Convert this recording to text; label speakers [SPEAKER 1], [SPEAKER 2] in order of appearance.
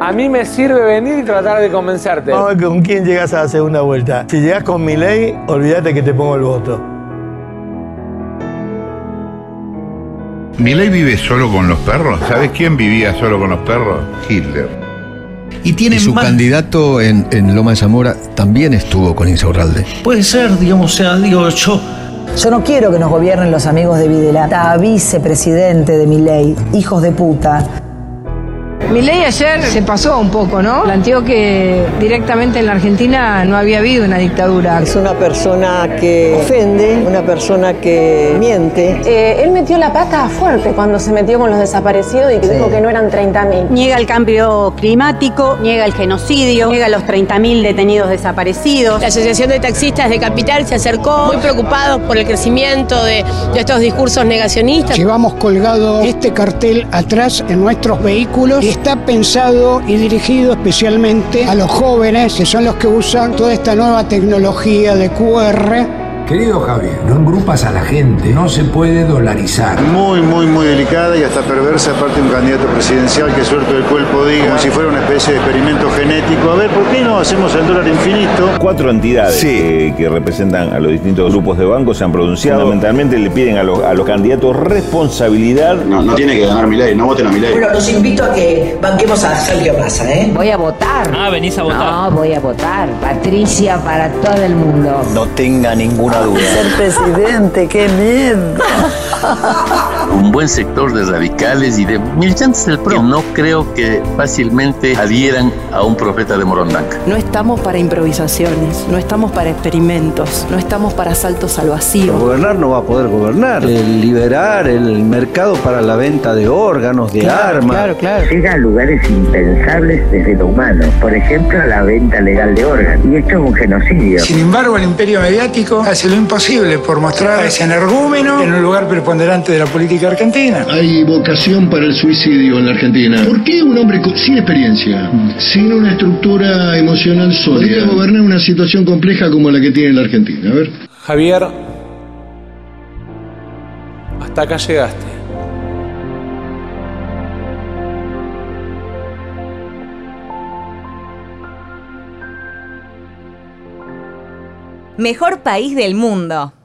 [SPEAKER 1] A mí me sirve venir y tratar de convencerte.
[SPEAKER 2] Vamos a ver con quién llegas a la segunda vuelta. Si llegas con mi ley, olvídate que te pongo el voto.
[SPEAKER 3] ¿Miley vive solo con los perros? ¿Sabes quién vivía solo con los perros? Hitler.
[SPEAKER 4] Y tiene
[SPEAKER 5] Y su
[SPEAKER 4] más.
[SPEAKER 5] candidato en, en Loma de Zamora también estuvo con Insaurralde.
[SPEAKER 4] Puede ser, digamos, o sea, digo, yo.
[SPEAKER 6] Yo no quiero que nos gobiernen los amigos de Videla, vicepresidente de Milei, hijos de puta.
[SPEAKER 7] Milei ayer se pasó un poco, ¿no? Planteó que directamente en la Argentina no había habido una dictadura.
[SPEAKER 8] Es una persona que ofende, una persona que miente.
[SPEAKER 9] Eh, él metió la pata fuerte cuando se metió con los desaparecidos y que dijo que no eran 30.000.
[SPEAKER 10] Niega el cambio climático, niega el genocidio, niega los 30.000 detenidos desaparecidos.
[SPEAKER 11] La Asociación de Taxistas de Capital se acercó muy preocupados por el crecimiento de, de estos discursos negacionistas.
[SPEAKER 12] Llevamos colgado este cartel atrás en nuestros vehículos. Está pensado y dirigido especialmente a los jóvenes, que son los que usan toda esta nueva tecnología de QR.
[SPEAKER 13] Querido Javier, no engrupas a la gente, no se puede dolarizar.
[SPEAKER 14] Muy, muy, muy delicada y hasta perversa, aparte de un candidato presidencial que suerte del cuerpo diga, como si fuera una especie de experimento genético. A ver, ¿por qué no hacemos el dólar infinito?
[SPEAKER 15] Cuatro entidades eh, que representan a los distintos grupos de bancos se han pronunciado. Fundamentalmente le piden a los, a los candidatos responsabilidad. No, no tiene que ganar mi ley, no voten a mi ley.
[SPEAKER 16] Bueno, los invito a que banquemos a Sergio Massa, ¿eh?
[SPEAKER 17] Voy a votar. Ah, venís a votar. No, voy a votar. Patricia para todo el mundo.
[SPEAKER 18] No tenga ninguna
[SPEAKER 6] Ser presidente, qué miedo.
[SPEAKER 19] un buen sector de radicales y de militantes del PRO. que No creo que fácilmente adhieran a un profeta de Morón Blanca.
[SPEAKER 20] No estamos para improvisaciones, no estamos para experimentos, no estamos para saltos al vacío.
[SPEAKER 1] Gobernar no va a poder gobernar. El liberar el mercado para la venta de órganos, de armas.
[SPEAKER 4] claro. Llega a lugares impensables desde lo humano. Por ejemplo, a la venta legal de órganos. Y esto es un genocidio.
[SPEAKER 21] Sin embargo, el imperio mediático hace lo imposible por mostrar ese energúmeno en un lugar preponderante de la política argentina.
[SPEAKER 22] Hay vocación para el suicidio en la Argentina. ¿Por qué un hombre co- sin experiencia, sin una estructura emocional sólida, podría gobernar una situación compleja como la que tiene la Argentina? A ver.
[SPEAKER 1] Javier,
[SPEAKER 14] Hasta acá llegaste.
[SPEAKER 23] Mejor país del mundo.